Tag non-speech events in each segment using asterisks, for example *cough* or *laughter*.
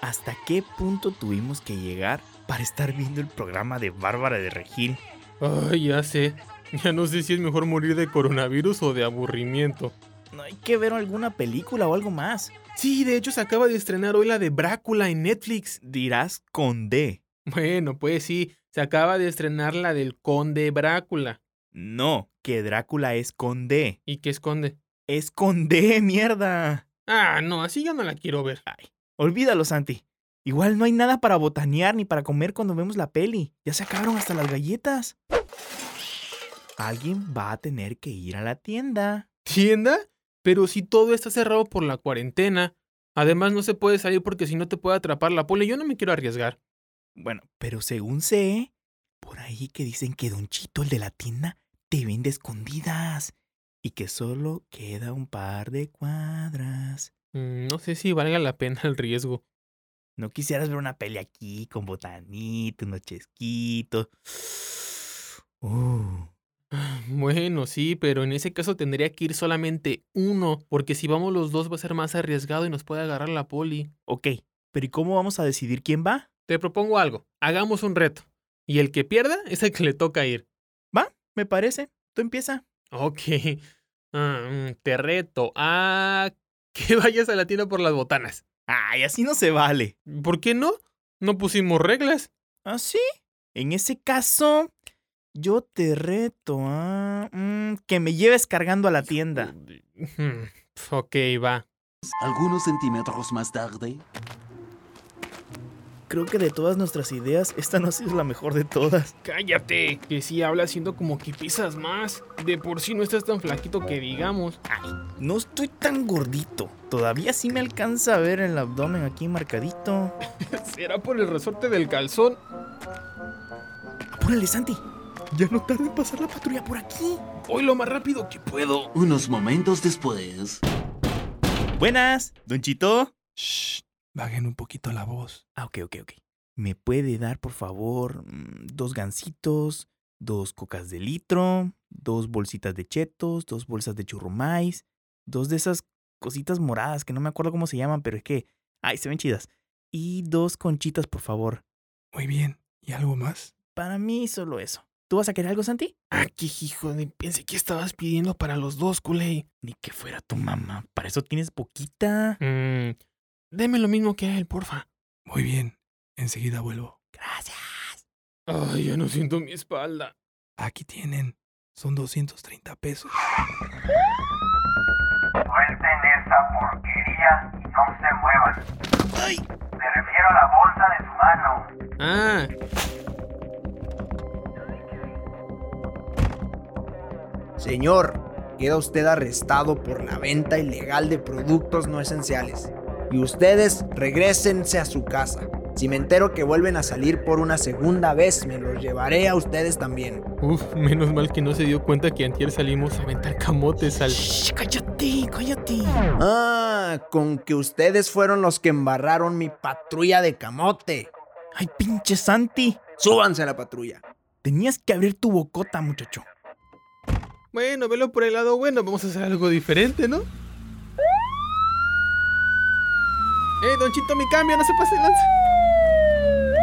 hasta qué punto tuvimos que llegar para estar viendo el programa de Bárbara de Regil. Ay, ya sé. Ya no sé si es mejor morir de coronavirus o de aburrimiento. No hay que ver alguna película o algo más. Sí, de hecho se acaba de estrenar hoy la de Brácula en Netflix. Dirás con D. Bueno, pues sí, se acaba de estrenar la del Conde Brácula. No, que Drácula es con D. ¿Y qué esconde? Es con D, mierda. Ah, no, así ya no la quiero ver. Ay, olvídalo, Santi. Igual no hay nada para botanear ni para comer cuando vemos la peli. Ya se acabaron hasta las galletas. Alguien va a tener que ir a la tienda. ¿Tienda? Pero si todo está cerrado por la cuarentena. Además, no se puede salir porque si no te puede atrapar la poli. Yo no me quiero arriesgar. Bueno, pero según sé, por ahí que dicen que Don Chito, el de la tienda, te vende escondidas y que solo queda un par de cuadras. Mm, No sé si valga la pena el riesgo. No quisieras ver una peli aquí con botanito, unos chesquitos. Uh, Bueno, sí, pero en ese caso tendría que ir solamente uno, porque si vamos los dos va a ser más arriesgado y nos puede agarrar la poli. ok, pero ¿y cómo vamos a decidir quién va? Te propongo algo, hagamos un reto. Y el que pierda *laughs* es el que le toca ir. Me parece. Tú empieza. Ok. Ah, mm, te reto a *laughs* que vayas a la tienda por las botanas. Ay, así no se vale. ¿Por qué no? No pusimos reglas. ¿Ah, sí? En ese caso, yo te reto a mm, que me lleves cargando a la tienda. Mm, Ok, va. Algunos centímetros más tarde, Creo que de todas nuestras ideas, esta no ha sido la mejor de todas. Cállate, que si hablas siendo como que pisas más. De por sí no estás tan flaquito que digamos. *laughs* No estoy tan gordito. Todavía sí me alcanza a ver el abdomen aquí marcadito. ¿Será por el resorte del calzón? Apúrale, Santi. Ya no tarda en pasar la patrulla por aquí. Voy lo más rápido que puedo. unos momentos después, Buenas, Don Chito. Shh, bajen un poquito la voz. Ah, ok, ok, ok. ¿Me puede dar, por favor, mm, dos gancitos, dos cocas de litro, dos bolsitas de chetos, dos bolsas de churrumais, dos de esas cositas moradas que no me acuerdo cómo se llaman, pero es que, ay, se ven chidas. Y dos conchitas, por favor. Muy bien. ¿Y algo más? Para mí solo eso. ¿Tú vas a querer algo, Santi? Ah, qué hijo de... Pensé que estabas pidiendo para los dos, culé. Ni que fuera tu mamá. Para eso tienes poquita. Mmm. deme lo mismo que a él, porfa. Muy bien. Enseguida vuelvo. Gracias. Ay, ya no siento mi espalda. Aquí tienen. Son 230 pesos. Suelten esa porquería y no se muevan. Me refiero a la bolsa de su mano. Ah, Señor, queda usted arrestado por la venta ilegal de productos no esenciales. Y ustedes regrésense a su casa. Si me entero que vuelven a salir por una segunda vez, me los llevaré a ustedes también. uf, menos mal que no se dio cuenta que antier salimos a aventar camotes al... Shh, cállate, cállate. Ah, con que ustedes fueron los que embarraron mi patrulla de camote. Ay, pinche Santi. Súbanse a la patrulla. Tenías que abrir tu bocota, muchacho. Bueno, velo por el lado bueno, vamos a hacer algo diferente, *laughs* ¿no? ¡Eh, Don Chito, mi cambio! ¡No se pase el lance!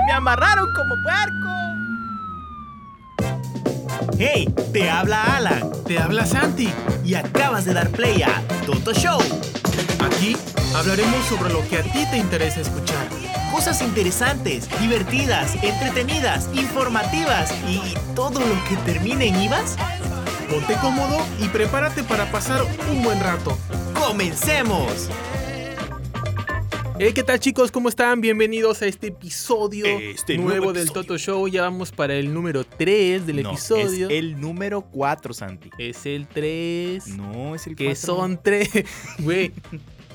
¡Me amarraron como puerco! ¡Hey! Te habla Alan Te habla Santi. y acabas de dar play a Toto Show. Aquí hablaremos sobre lo que a ti te interesa escuchar. Cosas interesantes, divertidas, entretenidas, informativas y todo lo que termine en IVAS. Ponte cómodo y prepárate para pasar un buen rato. ¡Comencemos! Hey, ¿qué tal chicos? ¿Cómo están? Bienvenidos a este episodio Este nuevo, nuevo del episodio. Toto Show. Ya vamos para el número 3 del No, episodio. Es el número 4, Santi. Es el 3. No, es el Que 4. son tres. *laughs* Güey,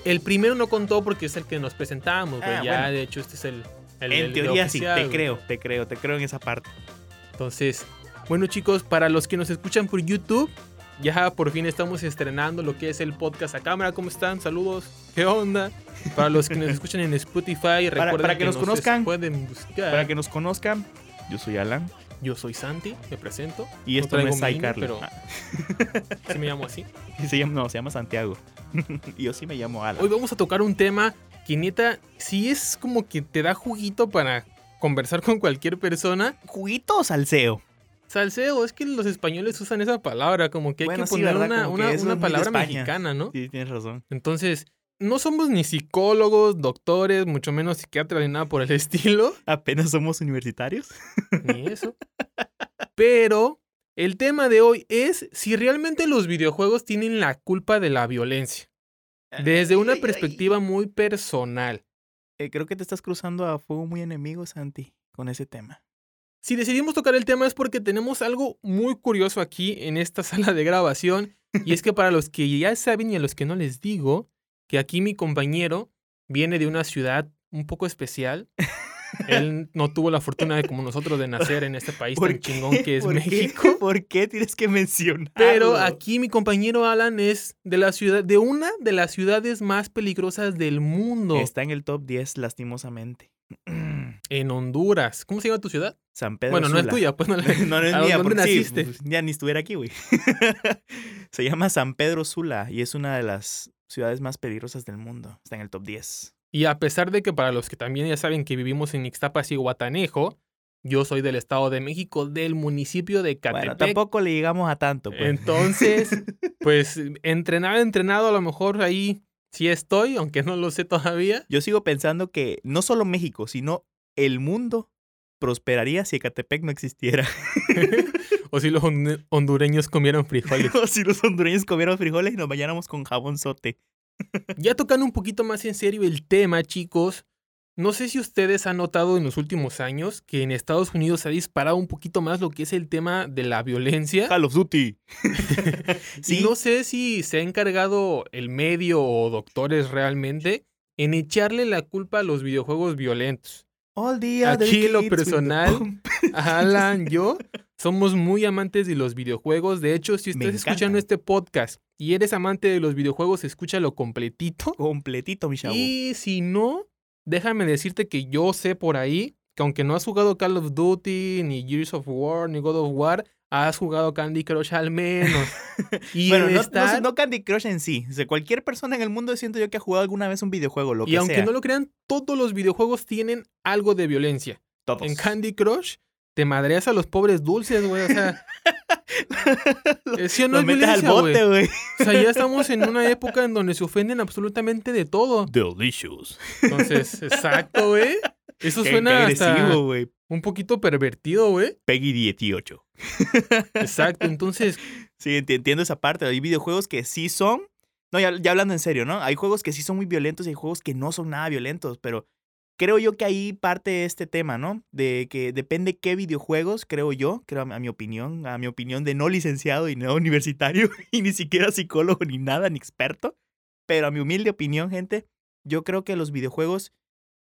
el primero no contó porque es el que nos presentábamos, güey. Ah, ya, bueno. de hecho, este es el. el- el- En el teoría sí, oficial, te güey. creo, te creo, te creo en esa parte. Entonces, bueno, chicos, para los que nos escuchan por YouTube, ya por fin estamos estrenando lo que es el podcast a cámara. ¿Cómo están? Saludos. ¿Qué onda? Para los que nos escuchan en Spotify, recuerden para que nos conozcan. Pueden buscar. Para que nos conozcan, yo soy Alan Yo soy Santi, me presento. y esto no, traigo es mi INE, iCarly. pero- Ah. Sí me llamo así. *laughs* Y se llama, no, se llama Santiago. y yo sí me llamo Alan. Hoy vamos a tocar un tema que neta, sí es como que te da juguito para conversar con cualquier persona. ¿Juguito o salseo? Salseo, es que los españoles usan esa palabra, como que hay Bueno, que sí, poner ¿verdad? una, Como que una- eso es una muy de palabra España. mexicana, ¿no? Sí, tienes razón. Entonces, no somos ni psicólogos, doctores, mucho menos psiquiatras ni nada por el *laughs* estilo, Apenas somos universitarios. ni eso. Pero el tema de hoy es si realmente los videojuegos tienen la culpa de la violencia, desde una Ay, ay, ay. perspectiva muy personal. Eh, creo que te estás cruzando a fuego muy enemigo, Santi, con ese tema. Si decidimos tocar el tema es porque tenemos algo muy curioso aquí en esta *laughs* sala de grabación. Y es que para los que ya saben y a los que no les digo, que aquí mi compañero viene de una ciudad un *laughs* poco especial. Él no tuvo la fortuna de como nosotros de nacer en este país tan chingón que es ¿Por qué? Ah, México. *laughs* ¿Por qué tienes que mencionar? Pero aquí mi compañero Alan es de la ciudad, de una de las ciudades más peligrosas del mundo, Está en el top 10, lastimosamente. *clears throat* en Honduras. ¿Cómo se llama tu ciudad? San Pedro bueno, no es Sula. tuya, pues no la- *laughs* no, no es ¿A mía, dónde porque sí, naciste? pues, ya ni estuviera aquí, güey. *laughs* Se llama San Pedro Sula y es una de las ciudades más peligrosas del mundo. Está en el top 10. Y a pesar de que para los que también ya saben que vivimos en Ixtapas y Guatanejo, yo soy del Estado de México, del municipio de Catepec. Bueno, tampoco le llegamos a tanto, pues. Entonces, *laughs* pues entrenado, entrenado, a lo mejor ahí sí estoy, aunque no lo sé todavía. Yo sigo pensando que no solo México, sino el mundo prosperaría si Ecatepec no *laughs* existiera. O si los hondu- hondureños comieron frijoles. O *laughs* si los hondureños comieran frijoles y nos bañáramos con jabón sote. Ya tocando un poquito más en serio el tema, chicos. No sé si ustedes han notado en los últimos años que en Estados Unidos se ha disparado un poquito más lo que es el tema de la violencia. Call of *laughs* Duty. *laughs* Y no sé si se ha encargado el medio o doctores realmente en echarle la culpa a los *laughs* videojuegos violentos. All the other Aquí lo kids with the personal, pump. Alan, yo somos muy amantes de los videojuegos. De hecho, si Me estás escuchando encantan. este podcast y eres amante de los videojuegos, escúchalo completito. *laughs* Completito, mi Oh, chavo. Y si no, déjame decirte que yo sé por ahí que aunque no has jugado Call of Duty, ni Gears of War, ni God of War, has jugado Candy Crush *laughs* al menos. Y bueno, el no, no- estar- no Candy Crush en sí. O sea, cualquier persona en el mundo siento yo que ha jugado alguna vez un videojuego, lo y que aunque sea. no lo crean, todos los videojuegos tienen algo de violencia. Todos. En Candy Crush te madreas a los pobres dulces, güey. O *laughs* sea, eh, sí o no Lo es metes al violencia, güey. bote, güey. O sea, ya estamos en una época en donde se ofenden absolutamente de todo. Delicious. Entonces, exacto, güey. Eso Qué, qué suena hasta agresivo, güey. un poquito pervertido, güey. Peggy 18. *laughs* Exacto. Entonces, Sí, enti- entiendo esa parte. Hay videojuegos que sí son. No, ya, ya hablando en serio, ¿no? Hay juegos que sí son muy violentos y hay juegos que no son nada violentos, pero creo yo que ahí parte este tema, ¿no? De que depende qué videojuegos, creo yo, creo a, mi- a mi opinión, a mi opinión de no licenciado y no *laughs* universitario y ni siquiera psicólogo ni nada, ni experto, pero a mi humilde opinión, gente, yo creo que los videojuegos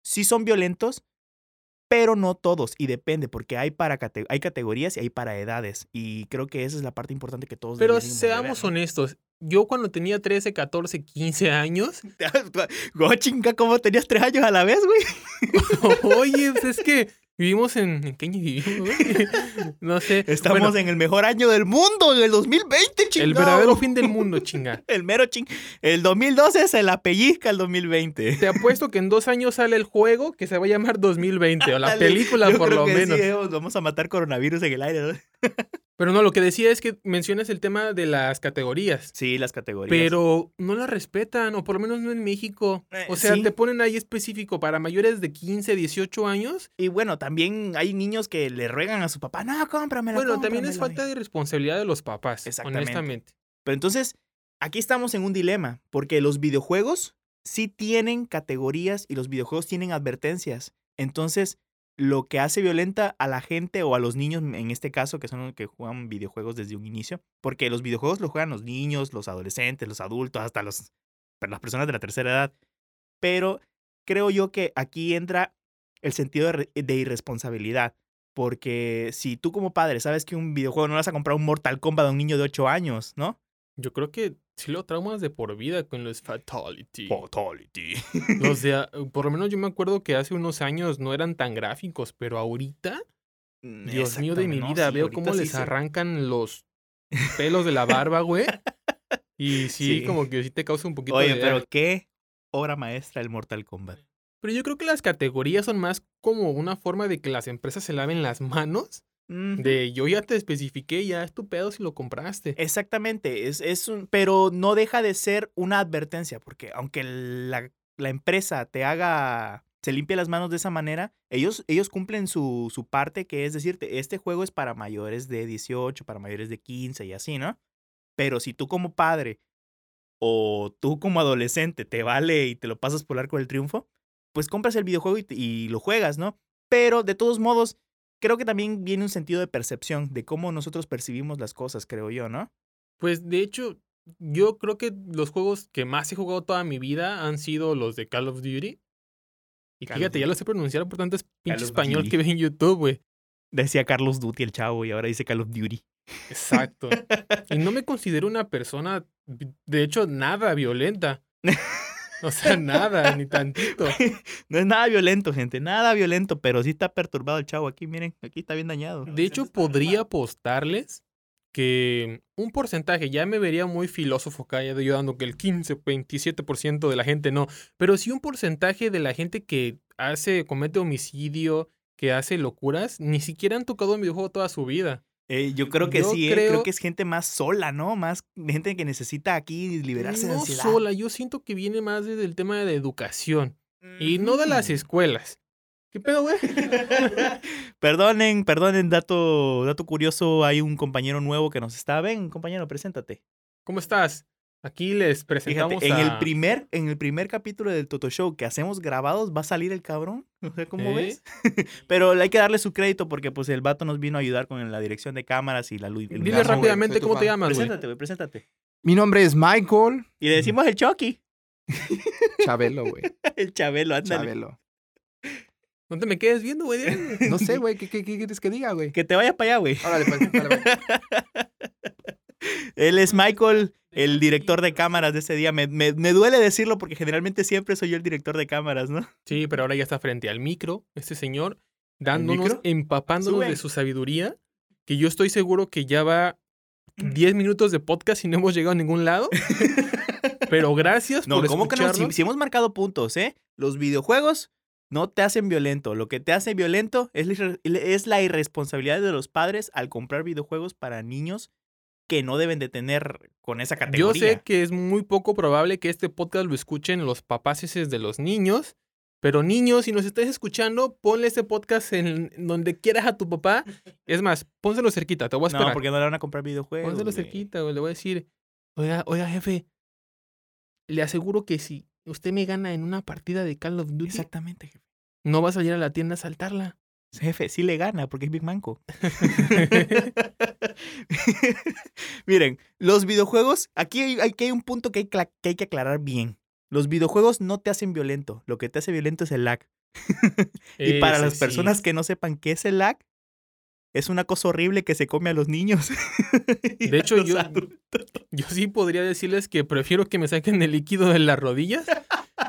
sí son violentos, pero no todos, y depende, porque hay, para cate- hay categorías y hay para edades, y creo que esa es la parte importante que todos pero deberíamos de seamos ver, honestos. Yo cuando tenía 13, 14, 15 años, *laughs* ¿no? *laughs* Go, chinga, ¿cómo tenías tres años a la vez, güey? oye, pues es que vivimos en... ¿En qué año vivimos, güey? *laughs* No sé. Estamos Bueno, en el mejor año del mundo, en el 2020, chingado. El verdadero fin del mundo, chinga. El mero ching. El 2012 se la pellizca el 2020. Te apuesto que en dos años sale el juego que se va a llamar 2020 o la Dale, película yo por creo lo que sí, menos. eh, vamos a matar coronavirus en el aire, ¿no? Pero no, lo que decía es que mencionas el tema de las categorías. Sí, las categorías. Pero no las respetan, o por lo menos no en México. Eh, O sea, sí. te ponen ahí específico para mayores de 15, 18 años. Y bueno, también hay niños que le ruegan a su papá, no, cómpramela. Bueno, también es cómpramela". falta de responsabilidad de los papás, Exactamente. honestamente. Pero entonces, aquí estamos en un dilema, porque los videojuegos sí tienen categorías y los videojuegos tienen advertencias. Entonces, lo que hace violenta a la gente o a los niños, en este caso, que son los que juegan videojuegos desde un inicio, porque los videojuegos los juegan los niños, los adolescentes, los adultos, hasta los, las personas de la tercera edad. Pero creo yo que aquí entra el sentido de re- de irresponsabilidad. Porque si tú como padre sabes que un videojuego no le vas a comprar un Mortal Kombat a un niño de 8 años, ¿no? Yo creo que sí lo traumas de por vida con los fatality. Fatality. O sea, por lo menos yo me acuerdo que hace unos años no eran tan gráficos, pero ahorita... Dios mío de mi vida, veo cómo les arrancan los *laughs* pelos de la barba, güey. Y sí, Sí. como que sí te causa un poquito Oye, de... pero qué obra maestra del Mortal Kombat. Pero yo creo que las categorías son más como una forma de que las empresas se laven las manos. Mm. De yo ya te especifiqué, ya es tu pedo si lo compraste. Eh Exactamente, es, es un, pero no deja de ser una advertencia, porque aunque la, la empresa te haga, se limpie las manos de esa manera, ellos, ellos cumplen su, su parte, que es decirte, este juego es para mayores de 18, para mayores de 15 y así, ¿no? Pero si tú como padre o tú como adolescente te vale y te lo pasas por el arco del triunfo, pues compras el videojuego y, te- y lo juegas, ¿no? Pero de todos modos, creo que también viene un sentido de percepción, de cómo nosotros percibimos las cosas, creo yo, ¿no? Pues de hecho, yo creo que los juegos que más he jugado toda mi vida han sido los de Call of Duty. Y Call of fíjate, ya Duty. lo sé pronunciar por tanto es pinche of español Duty. que ves en YouTube, güey. Decía Carlos Duty el chavo y ahora dice Call of Duty. *laughs* Exacto. y no me considero una persona, vi- de hecho, nada violenta. O sea, nada, *laughs* ni tantito. No es nada violento, gente, nada violento, pero sí está perturbado el chavo aquí, miren, aquí está bien dañado. De hecho, podría apostarles que un porcentaje, ya me vería muy filósofo acá, ya de yo dando que el 15, 27% de la gente no, pero sí un porcentaje de la gente que hace, comete homicidio, que hace locuras, ni siquiera han tocado un videojuego toda su vida. Eh, yo creo que yo sí, eh, creo... creo- que es gente más sola, ¿no? Más gente que necesita aquí liberarse de No ansiedad. sola, yo siento que viene más desde el tema de educación y no de las Mm. *laughs* escuelas. ¿Qué pedo, güey? *laughs* Perdonen, perdonen, dato, dato curioso, hay un compañero nuevo que nos está. Ven, compañero, preséntate. ¿Cómo estás? Aquí les Fíjate, presentamos en a... el primer, en el primer capítulo del Toto Show que hacemos grabados, va a salir el cabrón. *laughs* O sea, ¿cómo ¿Eh? ves? Pero hay que darle su crédito porque pues el vato nos vino a ayudar con la dirección de cámaras y la luz. Dile iluminación, güey. rápidamente soy tu cómo te fan. llamas, güey. Preséntate, güey, preséntate. Mi nombre es Michael Y le decimos el Chucky. *laughs* Chabelo, güey. El Chabelo, ándale. Chabelo. No te me quedes viendo, güey. No sé, güey, ¿qué, qué, qué quieres que diga, güey? Que te vayas para allá, güey. Órale, pues, órale, pues. Él es Michael, el director de cámaras de ese día. Me, me- me duele decirlo porque generalmente siempre soy yo el director de cámaras, ¿no? *laughs* Sí, pero ahora ya está frente al micro, este señor, dándonos, micro? empapándonos Sube. de su sabiduría, que yo estoy seguro que ya va Mm. 10 minutos de podcast y no hemos llegado a *laughs* ningún lado. pero gracias No, por ¿cómo que no? escucharnos. Si, si hemos marcado puntos, ¿eh? Los videojuegos no te hacen violento. Lo que te hace violento es la, irre- es la irresponsabilidad de los padres al comprar videojuegos para niños que no deben de tener con esa Yo categoría. sé que es muy poco probable que este podcast lo escuchen los papaces de los niños. Pero niños, si nos estás escuchando, ponle este podcast en donde quieras a tu papá. Es más, pónselo cerquita, te voy a esperar. no, porque no le van a comprar videojuegos. Pónselo güey. cerquita, güey. Le voy a decir, oiga, oiga, jefe, le aseguro que si usted me gana en una partida de Call of Duty, Exactamente, jefe. no vas a ir a la tienda a saltarla. Jefe, sí le gana porque es Big *laughs* Manco. Miren, los videojuegos, aquí hay, aquí hay un punto que hay, cla- que hay que aclarar bien. Los videojuegos no te hacen violento, lo que te hace violento es el lag. Y para Ese las sí. personas que no sepan qué es el lag, es una cosa horrible que se come a los niños. *laughs* Y De a hecho, los *laughs* yo, adultos. yo sí podría decirles que prefiero que me saquen el líquido de las rodillas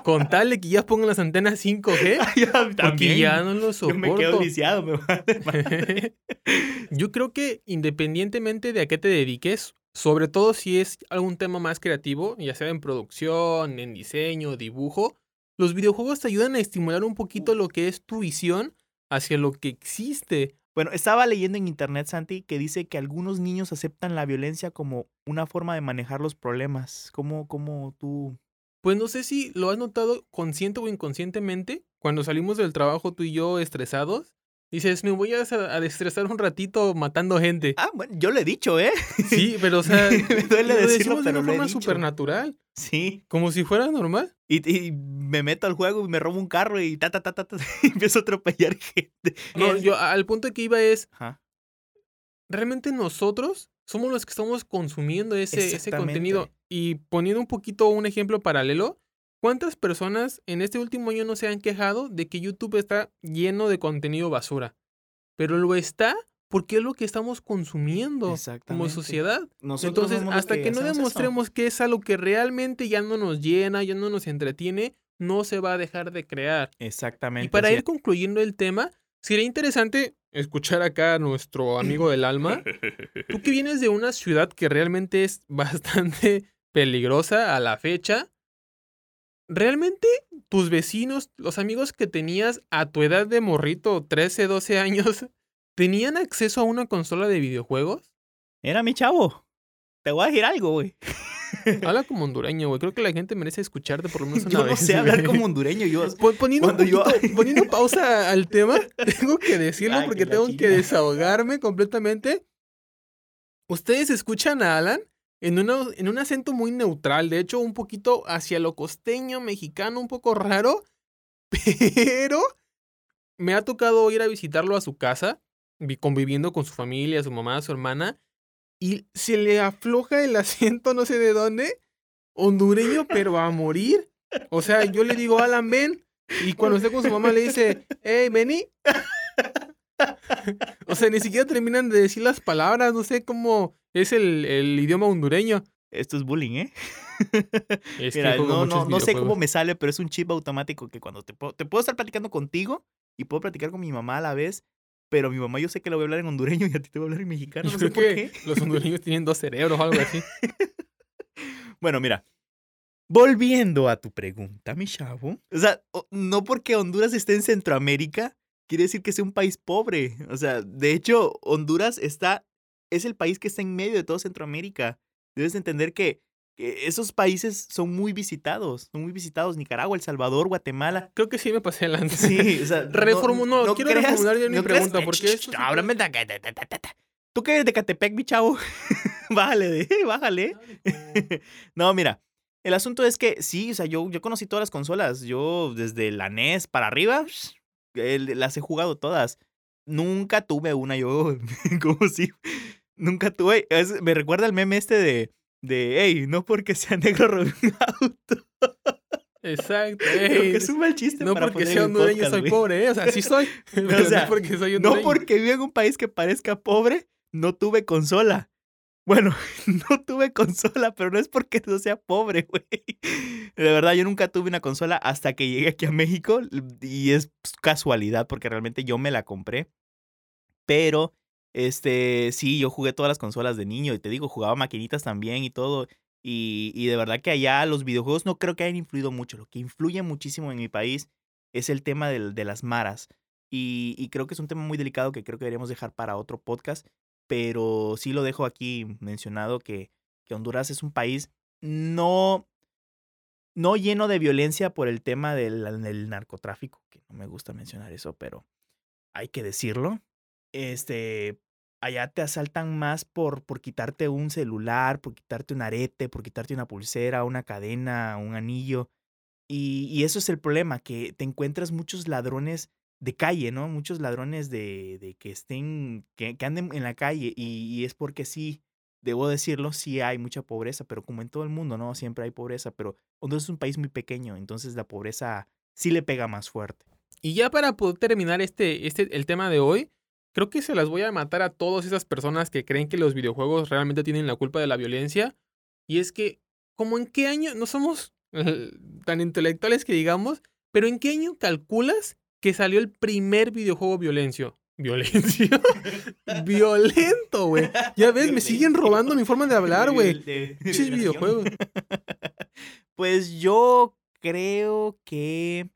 con tal de que ya pongan las antenas 5G. Ya, Porque también, ya no lo yo soporto. me quedo lisiado. me vale *laughs* madre. *laughs* Yo creo que independientemente de a qué te dediques, sobre todo si es algún tema más creativo, ya sea en producción, en diseño, dibujo, los videojuegos te ayudan a estimular un poquito lo que es tu visión hacia lo que existe. Bueno, estaba leyendo en internet, Santi, que dice que algunos niños aceptan la violencia como una forma de manejar los problemas. ¿Cómo, cómo tú...? Pues no sé si lo has notado consciente o inconscientemente, cuando salimos del trabajo tú y yo estresados, dices, me voy a, a destresar un ratito matando *laughs* gente. Ah, bueno, yo lo he dicho, ¿eh? Sí, pero *laughs* o sea, Me duele lo decirlo, decimos de pero lo una he forma dicho. supernatural, Sí. como si fuera normal. Y, y me meto al juego y me robo un carro y ta, ta, ta, *laughs* ta, ta, y empiezo a atropellar gente. No, Es- yo a- al punto que iba es, Ajá. realmente nosotros somos los que estamos consumiendo ese, ese Exactamente. contenido. Y poniendo un poquito un ejemplo paralelo, ¿cuántas personas en este último año no se han quejado de que YouTube está lleno de contenido basura? Pero lo está porque es lo que estamos consumiendo como Exactamente. sociedad. Nosotros Entonces, somos los hasta que, no hacemos eso. demostremos que es algo que realmente ya no nos llena, ya no nos entretiene, no se va a dejar de crear. Exactamente. Y para sí. ir concluyendo el tema, sería interesante escuchar acá a nuestro amigo del alma. Tú que vienes de una *laughs* ciudad que realmente es bastante peligrosa a la fecha, ¿Realmente tus vecinos, los amigos que tenías a tu edad de morrito, 13, 12 años, *laughs* tenían acceso a una consola de videojuegos? Era mi chavo. Te voy a decir algo, *laughs* güey. Habla como hondureño, güey. Creo que la gente merece escucharte por lo menos una *laughs* Yo no vez, sé hablar güey. como hondureño. Yo, Po- Poniendo, un Cuando yo- *laughs* poquito- poniendo pausa al tema, tengo que decirlo Ay, que porque la tengo que chingada. desahogarme completamente. Ustedes escuchan a Alan en, una- en un acento muy neutral, de hecho un poquito hacia lo costeño, mexicano, un poco raro, *laughs* pero me ha tocado ir a visitarlo a su casa, vi- conviviendo con su familia, su mamá, su hermana, y se le afloja el acento no sé de dónde, hondureño, pero a morir. O sea, yo le digo, Alan, ven, y cuando esté con su mamá le dice, hey, vení. O sea, ni siquiera terminan de decir las palabras, no sé cómo es el, el idioma hondureño. *laughs* Esto es bullying, ¿eh? Es que Mira, juego no, no, muchos no sé videojuegos. cómo me sale, pero es un chip automático que cuando te puedo, te puedo estar platicando contigo y puedo platicar con mi mamá a la vez, pero mi mamá yo sé que la voy a hablar en hondureño y a ti te voy a hablar en mexicano, Yo no sé creo por que qué. los hondureños tienen dos cerebros o algo así. Bueno, mira. Volviendo a tu pregunta, mi chavo. O sea, o- no porque Honduras esté en Centroamérica, quiere decir que sea un país pobre. O sea, de hecho, Honduras está, es el país que está en medio de todo Centroamérica. Debes de entender que, que esos países son muy visitados. Son muy visitados. Nicaragua, El Salvador, Guatemala. Creo que sí me pasé adelante. Sí, o sea. Reformu- no, quiero reformular yo mi pregunta, porque ch- esto ch- sí- Ábrame la ca- ta- ta- ta- ta- ta. Tú que eres de Catepec, mi chavo. *laughs* bájale, eh, bájale. pues. *laughs* No, mira, el asunto es que sí, o sea, yo, yo conocí todas las consolas. Yo desde la NES para arriba, el- las he jugado todas. Nunca tuve una yo, *laughs* como si... Nunca tuve... es- me recuerda el meme este de... De, hey, no porque sea negro *laughs* robé un auto. *laughs* Exacto. Creo ey, que es un mal chiste no para porque poner en sea el hondureño podcast, soy güey. pobre, ¿eh? O sea, *laughs* sí soy. pero sea, no porque soy No hondureño. porque vivo en un país que parezca pobre, no tuve consola. Bueno, *laughs* no tuve consola, pero no es porque no sea pobre, güey. De verdad, yo nunca tuve una consola hasta que llegué aquí a México y es pues, casualidad porque realmente yo me la compré. Pero, este, sí, yo jugué todas las consolas de niño y te digo, jugaba maquinitas también y todo. Y, y de verdad que allá los videojuegos no creo que hayan influido mucho. Lo que influye muchísimo en mi país es el tema del- de las maras. Y, y creo que es un tema muy delicado que creo que deberíamos dejar para otro podcast, pero sí lo dejo aquí mencionado que, que Honduras es un país no, no lleno de violencia por el tema del, del narcotráfico, que no me gusta mencionar eso, pero hay que decirlo. Este, allá te asaltan más por, por quitarte un celular, por quitarte un arete, por quitarte una pulsera, una cadena, un anillo. Y, y eso es el problema, que te encuentras muchos ladrones de calle, ¿no? Muchos ladrones de, de que estén, que, que anden en la calle y, y es porque sí, debo decirlo, sí hay mucha pobreza, pero como en todo el mundo, ¿no? Siempre hay pobreza, pero Honduras es un país muy pequeño, entonces la pobreza sí le pega más fuerte. Y ya para poder terminar este, este, el tema de hoy, creo que se las voy a matar a todas esas personas que creen que los videojuegos realmente tienen la culpa de la violencia. Y es que, como en qué año, no somos eh, tan intelectuales que digamos, pero en qué año calculas que salió el primer videojuego violencio? Violencio. Violento, güey. Ya ves, me siguen robando mi forma de hablar, güey. Pinches videojuegos. Pues yo creo que...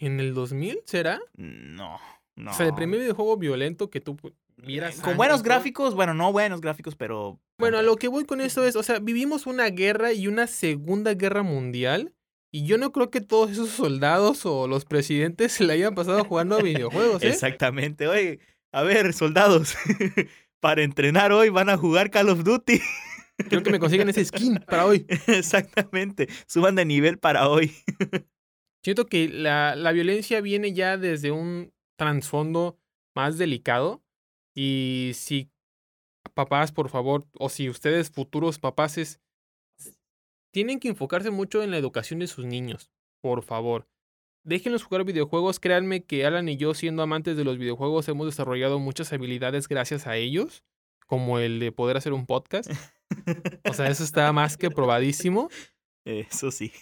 ¿En el 2000 será? No, no. Eh, O sea, el primer videojuego violento que tú pu- vieras. Con buenos sangre y todo. gráficos, bueno, no buenos gráficos, pero... Bueno, a lo que voy con eso es, o sea, vivimos una guerra y una segunda guerra mundial. Y yo no creo que todos esos soldados o los presidentes *laughs* se la hayan pasado jugando a videojuegos, ¿eh? Exactamente. Oye, a ver, soldados, *laughs* para entrenar hoy van a jugar Call of Duty. *laughs* Creo que me consiguen ese skin para hoy. Exactamente. Suban de nivel para hoy. Siento que la, la violencia viene ya desde un trasfondo más delicado. Y si papás, por favor, o si ustedes futuros papaces, tienen que enfocarse mucho en la educación de sus niños, por favor. Déjenlos jugar videojuegos, créanme que Alan y yo, siendo amantes de los videojuegos, hemos desarrollado muchas habilidades gracias a ellos, como el de poder hacer un podcast. O sea, eso está más que probadísimo. Eso sí.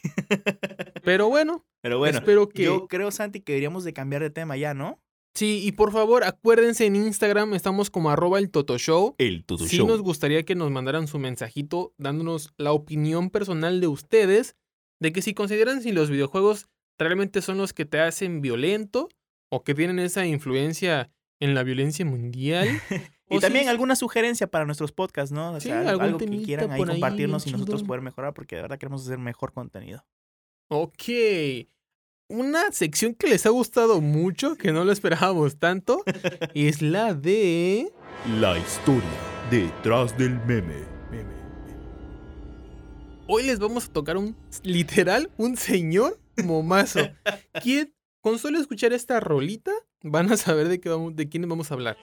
Pero bueno, Pero bueno, espero que... yo creo, Santi, que deberíamos de cambiar de tema ya, ¿no? Sí, y por favor, acuérdense en Instagram, estamos como arroba el Totoshow. El Tutu Sí nos gustaría que nos mandaran su mensajito dándonos la opinión personal de ustedes de que si consideran si los videojuegos realmente son los que te hacen violento o que tienen esa influencia en la violencia mundial. Y o también si- alguna sugerencia para nuestros podcasts, ¿no? O Sí, sea, algún algo que temita quieran ahí por ahí compartirnos y bien nosotros chingón. poder mejorar, porque de verdad queremos hacer mejor contenido. Ok. Una sección que les ha gustado mucho, que no lo esperábamos tanto, es la de... La historia detrás del meme. Meme. Hoy les vamos a tocar un, literal, un señor *laughs* momazo. ¿Quién? Con solo escuchar esta rolita, van a saber de, qué vamos, de quién vamos a hablar.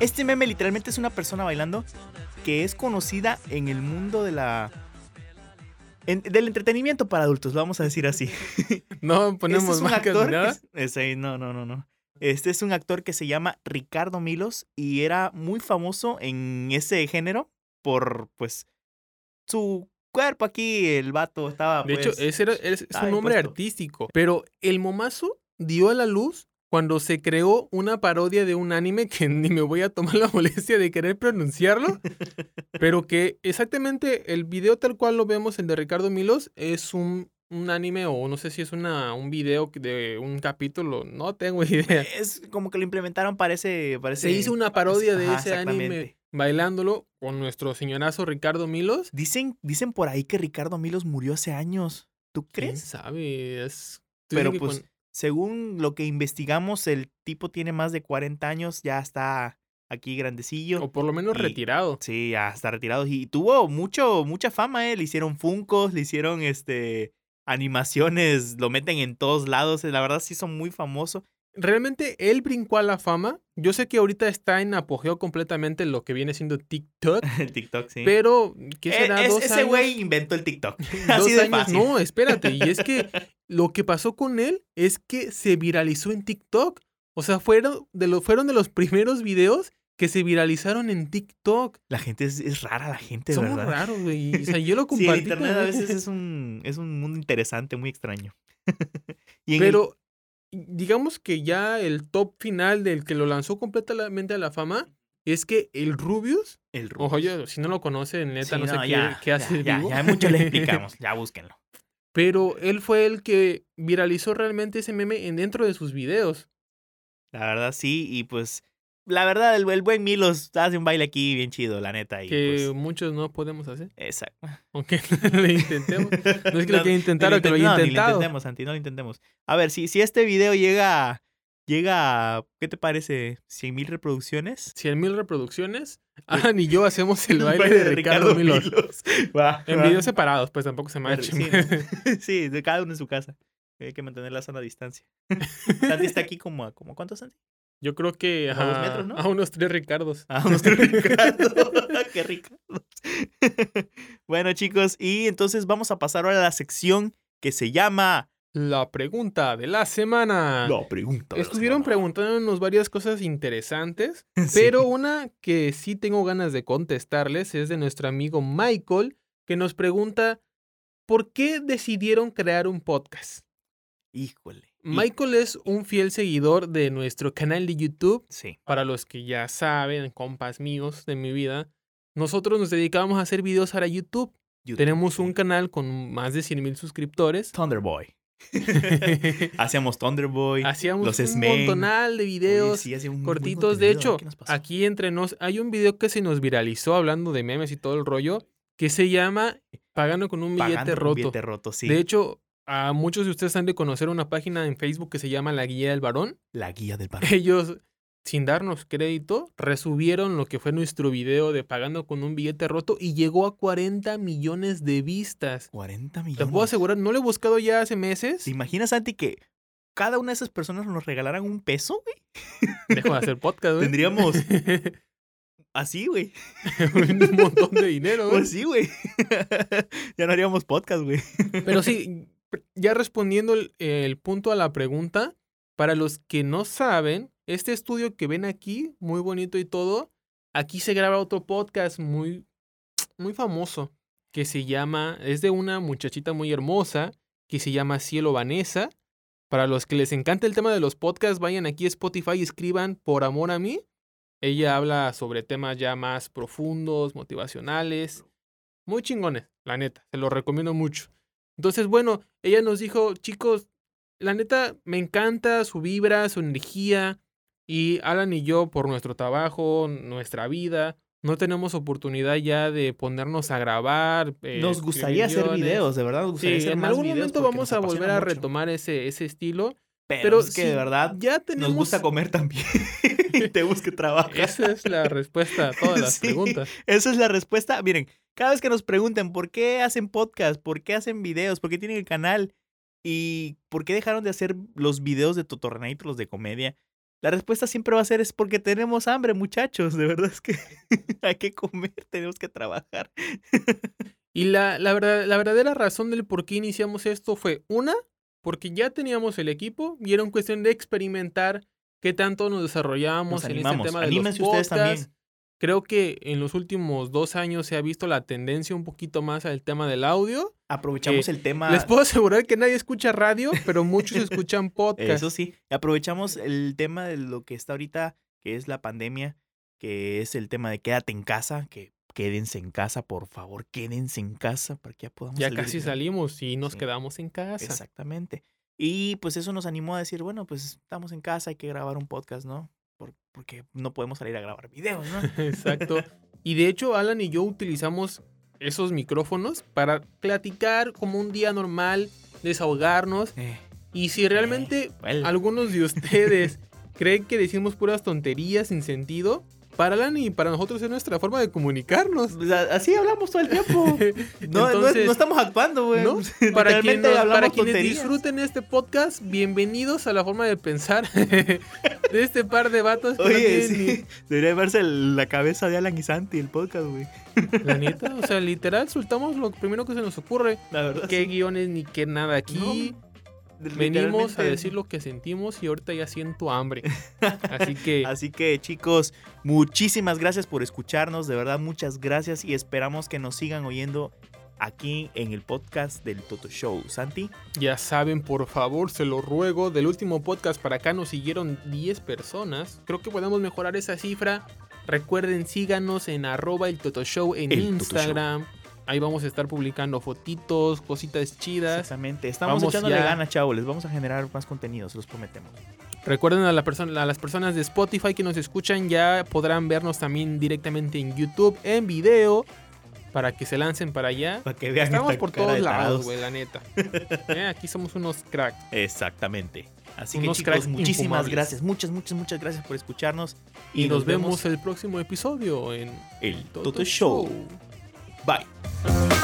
Este meme literalmente es una persona bailando que es conocida en el mundo de la. en- del entretenimiento para adultos, lo vamos a decir así. No ponemos este es un marcas ni actor. nada. que es- ese- no, no, no, no. Este es un actor que se llama Ricardo Milos y era muy famoso en ese género por, pues, su cuerpo aquí, el vato estaba. De hecho, pues, ese era, es, es está un bien nombre puesto. artístico. Pero el momazo dio a la luz cuando se creó una parodia de un anime que *laughs* ni me voy a tomar la molestia de querer *laughs* pronunciarlo. pero que exactamente el video tal cual lo vemos, el de Ricardo Milos, es un, un anime o no sé si es una, un video de un capítulo. No tengo *laughs* idea. Es como que lo implementaron para ese. para eh, Se ese- hizo una parodia de pues, Ajá, ese anime exactamente. bailándolo con nuestro señorazo Ricardo Milos. Dicen, dicen por ahí que Ricardo Milos murió hace años. ¿Tú ¿Quién crees? sabe? Es- Pero dicen que pues, con- según lo que investigamos, el tipo tiene más de 40 años, ya está aquí grandecillo. O por lo menos y- retirado. Sí, ya está retirado. Y tuvo mucho, mucha fama, ¿eh? Le hicieron funcos, le hicieron este animaciones, lo meten en todos lados. eh, La verdad sí son muy famosos. *laughs* realmente él brincó a la fama. Yo sé que ahorita está en apogeo completamente lo que viene siendo TikTok, *laughs* El TikTok, sí. pero ¿qué Eh, será? es- dos ese años- güey inventó el *laughs* TikTok. *laughs* dos así de años- fácil. No, espérate. Y es *laughs* que lo que pasó con él es que se viralizó en TikTok. O sea, fueron de los, fueron de los primeros videos que se viralizaron en TikTok. La gente es, es rara, la gente, de Somos ¿verdad? raros, güey. O sea, yo lo *laughs* Sí, el compartí. internet a también. veces es un, es un mundo interesante, muy extraño. *laughs* y en el- Pero digamos que ya el top final del que lo lanzó completamente a la fama es que el Rubius el ru- Ojo, yo, si no lo conocen, neta, Sí, no sé no, qué, ya, qué hace ya, ya, vivo. ya mucho *laughs* le explicamos, ya búsquenlo. Pero él fue el que viralizó realmente ese meme en dentro de sus videos. La verdad sí, y pues la verdad el, el buen Milos hace un baile aquí bien chido, la neta. Y que pues, muchos no podemos hacer. *laughs* exacto. Aunque le intentemos. No *laughs* es que No, lo quiera intentar o que lo intent- haya no, ni intentado. intentemos, Santi, no lo intentemos. A ver, si, si este video llega, llega, a- ¿qué te parece? ¿100 mil reproducciones? 100 mil *laughs* reproducciones. Alan y yo hacemos *laughs* el baile de Ricardo Milos. *laughs* Va, En va. videos separados, pues tampoco se manchen. Ah. Sí, no. *laughs* sí, de cada uno en su casa. Hay que mantener la sana distancia. *laughs* Santi está aquí como a, como, ¿cuánto, Santi? Yo creo que Como a dos a, metros, ¿no? a unos tres Ricardos. Ah, unos *laughs* tres Ricardo. *laughs* Qué Ricardo. *laughs* bueno, chicos, y entonces vamos a pasar ahora a la sección que se *laughs* llama La pregunta de la semana. La pregunta. de la Estuvieron semana. preguntándonos varias cosas interesantes. Pero una que sí tengo ganas de contestarles es de nuestro amigo Michael, que nos pregunta, ¿por qué decidieron crear un podcast? Híjole. Y- Michael es un fiel seguidor de nuestro canal de YouTube. Sí. Para los que ya saben, compas míos de mi vida, nosotros nos dedicábamos a hacer videos para YouTube. YouTube, Tenemos sí. un canal con más de 100 mil suscriptores. Thunderboy. *laughs* *laughs* Hacíamos Thunderboy. Hacíamos Los un Smen. montonal de Oye, videos. sí, hacía un buen cortitos. De contenido. hecho, ¿Qué nos pasó? aquí entre nos hay un video que se nos viralizó hablando de memes y todo el rollo que se llama Pagando con un billete Pagando con roto. billete roto, sí. De hecho, a muchos de ustedes han de conocer una página en Facebook que se llama La Guía del Varón. *laughs* la guía del barrio. Ellos, sin darnos crédito, resubieron lo que fue nuestro video de Pagando con un billete roto y llegó a 40 millones de vistas. 40 Te millones. puedo asegurar, no lo he buscado ya hace meses. ¿Te imaginas, Santi, que cada una de esas personas nos regalaran un *laughs* peso, güey? Dejo de hacer podcast, *laughs* güey. Tendríamos *laughs* así, güey. un montón de dinero, ¿eh? güey. Pues sí, güey. *laughs* ya no haríamos podcast, güey. Pues, Pero sí, pr- *laughs* ya respondiendo el, el punto a la pregunta, para los que no saben, este estudio que ven aquí, muy bonito y todo, aquí se graba otro podcast muy, muy famoso que se llama, es de una muchachita muy hermosa que se llama Cielo Vanessa. Para los que les encanta el tema de los podcasts, vayan aquí a Spotify y escriban Por Amor a mí. Ella habla sobre temas ya más profundos, motivacionales. Muy chingones, la neta. Se los recomiendo mucho. Entonces, bueno, ella nos dijo, chicos, la neta me encanta su vibra, su energía. Y Alan y yo, por nuestro trabajo, nuestra vida, no tenemos oportunidad ya de ponernos a grabar. eh, Nos gustaría escribir hacer guiones". videos, de verdad. Nos gustaría Sí, hacer en más algún videos momento porque vamos nos a volver apasiona a mucho. retomar ese, ese estilo. Pero, pero es que sí, de verdad Ya tenemos. nos gusta comer también. *laughs* y tenemos que trabajar. Esa es la respuesta a todas las *laughs* Sí. preguntas. Esa es la respuesta. Miren, cada vez que nos preguntan por qué hacen podcast, por qué hacen videos, por qué tienen el canal y por qué dejaron de hacer los videos de Totorrenator, los de comedia, la respuesta siempre va a ser es porque tenemos hambre, muchachos. De verdad es que *laughs* hay que comer, tenemos que trabajar. Y la, la, verdad, la verdadera razón del por qué iniciamos esto fue una, porque ya teníamos el equipo y era una cuestión de experimentar qué tanto nos desarrollábamos Nos en este animamos. tema de Anímense los ustedes podcasts. también. Creo que en los últimos dos años se ha visto la tendencia un poquito más al tema del audio. Aprovechamos Eh, el tema. Les puedo asegurar que nadie escucha radio, pero muchos escuchan podcast. *laughs* Eso sí, aprovechamos el tema de lo que está ahorita, que es la pandemia, que es el tema de quédate en casa, que quédense en casa, por favor, quédense en casa para que ya podamos ya salir casi de- salimos y nos Sí. quedamos en casa. Exactamente. Y pues eso nos animó a decir, bueno, pues estamos en casa, hay que grabar un podcast, ¿no? Por- porque no podemos salir a grabar videos, *laughs* ¿no? *laughs* Exacto. Y de hecho, Alan y yo utilizamos esos micrófonos para platicar como un día normal, desahogarnos. Eh, Y si realmente bueno. algunos *laughs* de ustedes creen que decimos puras tonterías sin sentido, para Alan y para nosotros es nuestra forma de comunicarnos. Pues, a- así hablamos todo el *laughs* tiempo. No, no- no, Entonces, estamos actuando, güey. *laughs* ¿no? Para, quien Literalmente nos- hablamos para quienes tonterías. disfruten este podcast, bienvenidos a la forma de pensar *laughs* de este par de vatos que no Oye, tienen ni- sí, debería verse el- la cabeza de Alan y Santi, el podcast, güey. La neta, o sea, literal, soltamos lo primero que se nos ocurre. La verdad. Qué Ah, sí. guiones ni qué nada aquí. Venimos a Literalmente- decir lo que sentimos y ahorita ya *laughs* siento hambre. Así que Así que chicos, muchísimas gracias por escucharnos, de verdad muchas gracias y esperamos que nos sigan oyendo aquí en el podcast del Toto Show. Santi, ya saben, por favor, se lo ruego. Del último podcast para acá nos siguieron 10 personas. Creo que podemos mejorar esa cifra. Recuerden, síganos en arroba el Totoshow en El Toto Show. Instagram. Ahí vamos a estar publicando fotitos, cositas chidas. exactamente, estamos Vamos echándole ya. ganas, chavos, les vamos a generar más contenidos, se los prometemos. Recuerden a, la persona- a las personas de Spotify que nos escuchan, ya podrán vernos también directamente en YouTube, en video, para que se lancen para allá. Para que vean Estamos esta por cara todos de lados, tarados. güey, la *laughs* neta. Eh, aquí somos unos cracks. Exactamente. Así que Unos chicos, cracks muchísimas infumables. gracias, muchas, muchas, muchas gracias por escucharnos Y, nos, vemos el próximo episodio en el Toto Show. Bye. Show.